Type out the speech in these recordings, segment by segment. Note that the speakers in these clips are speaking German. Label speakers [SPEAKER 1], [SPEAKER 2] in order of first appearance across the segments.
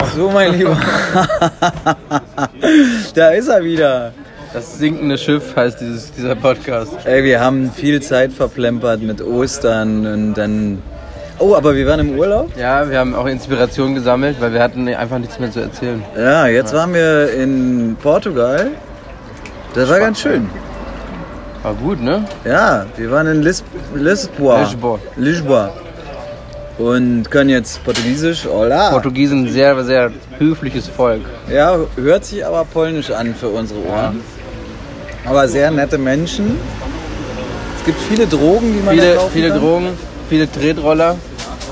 [SPEAKER 1] Ach so, mein Lieber. da ist er wieder.
[SPEAKER 2] Das sinkende Schiff heißt dieses, dieser Podcast.
[SPEAKER 1] Ey, wir haben viel Zeit verplempert mit Ostern und dann. Oh, aber wir waren im Urlaub?
[SPEAKER 2] Ja, wir haben auch Inspiration gesammelt, weil wir hatten einfach nichts mehr zu erzählen.
[SPEAKER 1] Ja, jetzt waren wir in Portugal. Das war ganz schön.
[SPEAKER 2] War gut, ne?
[SPEAKER 1] Ja, wir waren in Lis Lisboa.
[SPEAKER 2] Lisboa.
[SPEAKER 1] Lisboa. Und können jetzt Portugiesisch. Hola.
[SPEAKER 2] Portugiesen sehr, sehr höfliches Volk.
[SPEAKER 1] ja, hört sich aber polnisch an für unsere Ohren. Aber sehr nette Menschen. Es gibt viele Drogen, die man da
[SPEAKER 2] Viele,
[SPEAKER 1] kaufen
[SPEAKER 2] viele
[SPEAKER 1] kann.
[SPEAKER 2] Drogen, viele Tretroller.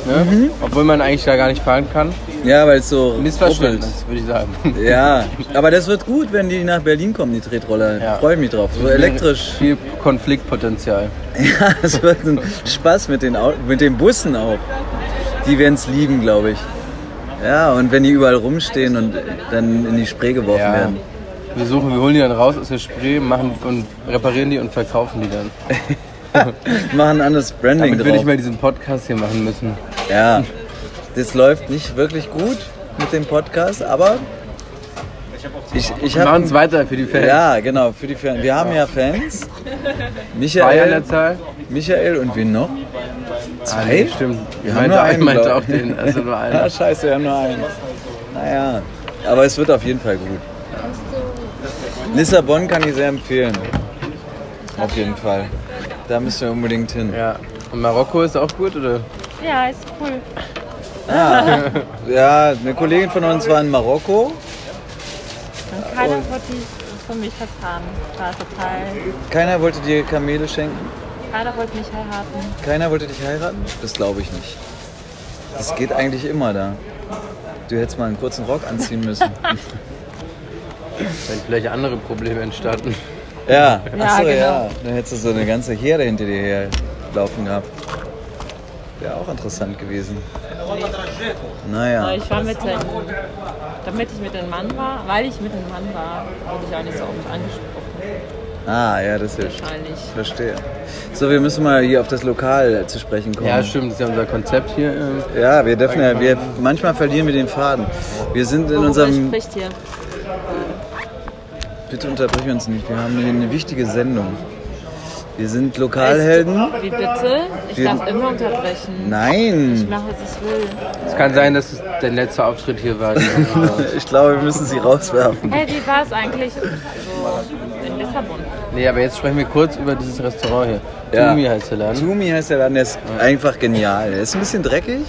[SPEAKER 2] Ne?
[SPEAKER 1] Mhm.
[SPEAKER 2] Obwohl man eigentlich da gar nicht fahren kann.
[SPEAKER 1] Ja, weil es so ruppelt.
[SPEAKER 2] Missverständnis, würde ich sagen.
[SPEAKER 1] Ja, aber das wird gut, wenn die nach Berlin kommen, die Tretroller.
[SPEAKER 2] Ja.
[SPEAKER 1] Freue ich mich drauf. So elektrisch.
[SPEAKER 2] Viel Konfliktpotenzial.
[SPEAKER 1] Ja, es wird ein Spaß mit den, Au- mit den Bussen auch. Die werden es lieben, glaube ich. Ja, und wenn die überall rumstehen und dann in die Spree geworfen
[SPEAKER 2] Ja.
[SPEAKER 1] werden.
[SPEAKER 2] Wir suchen, wir holen die dann raus aus der Spree, machen und reparieren die und verkaufen die dann.
[SPEAKER 1] Machen anderes Branding
[SPEAKER 2] Damit wir nicht
[SPEAKER 1] drauf.
[SPEAKER 2] mehr diesen Podcast hier machen müssen.
[SPEAKER 1] Ja, das läuft nicht wirklich gut mit dem Podcast, aber ich, ich
[SPEAKER 2] Wir machen es
[SPEAKER 1] habe...
[SPEAKER 2] weiter für die Fans.
[SPEAKER 1] Ja, genau, für die Fans. Wir haben ja Fans.
[SPEAKER 2] Zwei an
[SPEAKER 1] Michael,
[SPEAKER 2] der Zahl.
[SPEAKER 1] Michael und wen noch?
[SPEAKER 2] Ah,
[SPEAKER 1] Zwei?
[SPEAKER 2] nee, stimmt.
[SPEAKER 1] Wir
[SPEAKER 2] Ich
[SPEAKER 1] haben
[SPEAKER 2] meinte,
[SPEAKER 1] nur
[SPEAKER 2] ich
[SPEAKER 1] einen,
[SPEAKER 2] meinte
[SPEAKER 1] glaub
[SPEAKER 2] auch
[SPEAKER 1] ich.
[SPEAKER 2] den, also nur einen.
[SPEAKER 1] Ah, scheiße, wir haben nur einen. Naja, aber es wird auf jeden Fall gut. Lissabon kann ich sehr empfehlen. Auf jeden Fall. Da müssen wir unbedingt hin.
[SPEAKER 2] Ja. Und Marokko ist auch gut, oder?
[SPEAKER 3] Ja, ist cool.
[SPEAKER 1] Ah, ja, eine Kollegin von uns war in Marokko.
[SPEAKER 3] Und keiner wird die von mich verfahren. War total.
[SPEAKER 1] Keiner wollte dir Kamele schenken.
[SPEAKER 3] Keiner wollte mich heiraten.
[SPEAKER 1] Keiner wollte dich heiraten. Das glaube ich nicht. Das geht eigentlich immer da. Du hättest mal einen kurzen Rock anziehen müssen.
[SPEAKER 2] Wenn vielleicht andere Probleme entstanden.
[SPEAKER 1] Ja,
[SPEAKER 3] Ja,
[SPEAKER 1] achso,
[SPEAKER 3] genau.
[SPEAKER 1] ja. Dann hättest du so eine ganze Herde hinter dir herlaufen gehabt. Wäre auch interessant gewesen.
[SPEAKER 3] Aber
[SPEAKER 1] Naja.
[SPEAKER 3] ich war mit dem, damit ich mit dem Mann war, weil ich mit dem Mann war, wurde ich auch nicht so oft angesprochen.
[SPEAKER 1] Ah, ja, das hilft.
[SPEAKER 3] Wahrscheinlich.
[SPEAKER 1] Verstehe. So, wir müssen mal hier auf das Lokal zu sprechen kommen.
[SPEAKER 2] Ja, stimmt, das ist ja unser Konzept hier. ähm.
[SPEAKER 1] Ja, wir dürfen ja, wir, manchmal verlieren wir den Faden. Wir sind in
[SPEAKER 3] Worüber
[SPEAKER 1] unserem,
[SPEAKER 3] spricht hier?
[SPEAKER 1] bitte unterbrich uns nicht, wir haben hier eine wichtige Sendung. Wir sind Lokalhelden.
[SPEAKER 3] Wie bitte? Ich
[SPEAKER 1] Wir-
[SPEAKER 3] darf immer unterbrechen. Ich
[SPEAKER 1] Nein,
[SPEAKER 3] mache, was ich will.
[SPEAKER 2] Es kann sein, dass es dein letzter Auftritt hier war.
[SPEAKER 1] ich glaube, wir müssen sie rauswerfen.
[SPEAKER 3] Hey, wie war es eigentlich so in Lissabon?
[SPEAKER 2] nee, aber jetzt sprechen wir kurz über dieses Restaurant hier.
[SPEAKER 1] Ja.
[SPEAKER 2] Tumi heißt der Laden.
[SPEAKER 1] Tumi heißt der Laden, der ist einfach genial. Der ist ein bisschen dreckig,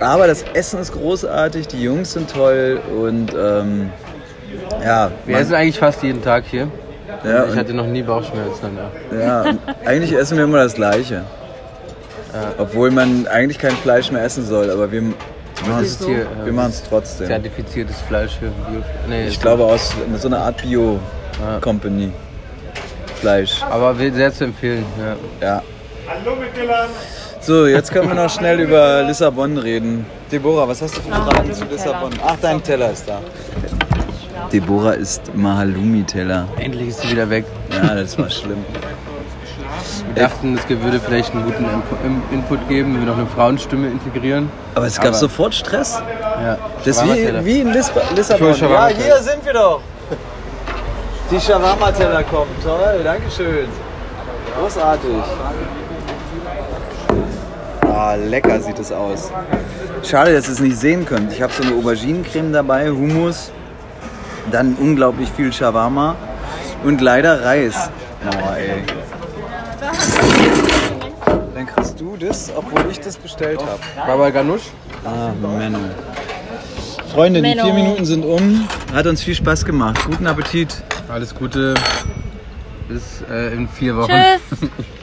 [SPEAKER 1] aber das Essen ist großartig, die Jungs sind toll und ähm, ja,
[SPEAKER 2] Wir
[SPEAKER 1] man-
[SPEAKER 2] essen eigentlich fast jeden Tag hier.
[SPEAKER 1] ja,
[SPEAKER 2] ich
[SPEAKER 1] und,
[SPEAKER 2] hatte noch nie Bauchschmerzen ne? danach.
[SPEAKER 1] ja und eigentlich essen wir immer das Gleiche. Obwohl man eigentlich kein Fleisch mehr essen soll, aber wir,
[SPEAKER 2] ist hier, ähm,
[SPEAKER 1] wir machen es trotzdem.
[SPEAKER 2] Zertifiziertes Fleisch hier. Bio. Nee,
[SPEAKER 1] Ich
[SPEAKER 2] ist-
[SPEAKER 1] glaube aus so einer Art Bio-Company. Fleisch,
[SPEAKER 2] Aber wir- sehr zu empfehlen. Ja.
[SPEAKER 1] ja. So, jetzt können wir noch schnell über Lissabon reden. Deborah, was hast du für Fragen
[SPEAKER 3] Mahalumi
[SPEAKER 1] zu
[SPEAKER 3] Teller.
[SPEAKER 1] Lissabon? Ach, dein Teller ist da. Deborah ist Mahalumi-Teller.
[SPEAKER 2] Endlich ist sie wieder weg.
[SPEAKER 1] Ja, das war schlimm.
[SPEAKER 2] Wir dachten, es würde vielleicht einen guten Imp- Im- Input geben, wenn wir noch eine Frauenstimme integrieren.
[SPEAKER 1] Aber es gab
[SPEAKER 2] Aber-
[SPEAKER 1] sofort Stress.
[SPEAKER 2] Ja.
[SPEAKER 1] Das ist
[SPEAKER 2] Shawarma-Teller.
[SPEAKER 1] wie, wie in Lis Lissabon.
[SPEAKER 2] Ich hol
[SPEAKER 1] Ja,
[SPEAKER 2] Shawarma-Teller.
[SPEAKER 1] hier sind wir doch. Die Shawarma-Teller kommen. Toll, Dankeschön. Großartig. Ah, lecker sieht es aus. Schade, dass ihr es nicht sehen könnt. Ich habe so eine Auberginencreme dabei, Hummus, dann unglaublich viel Shawarma und leider Reis. Oh, ey. Dann kriegst du das, obwohl ich das bestellt habe.
[SPEAKER 2] Baba Ganoush.
[SPEAKER 1] Ah, Menno. Freunde, die
[SPEAKER 3] Menno.
[SPEAKER 1] vier Minuten sind um. Hat uns viel Spaß gemacht. Guten Appetit.
[SPEAKER 2] Alles Gute. Bis äh, in vier Wochen.
[SPEAKER 3] Tschüss!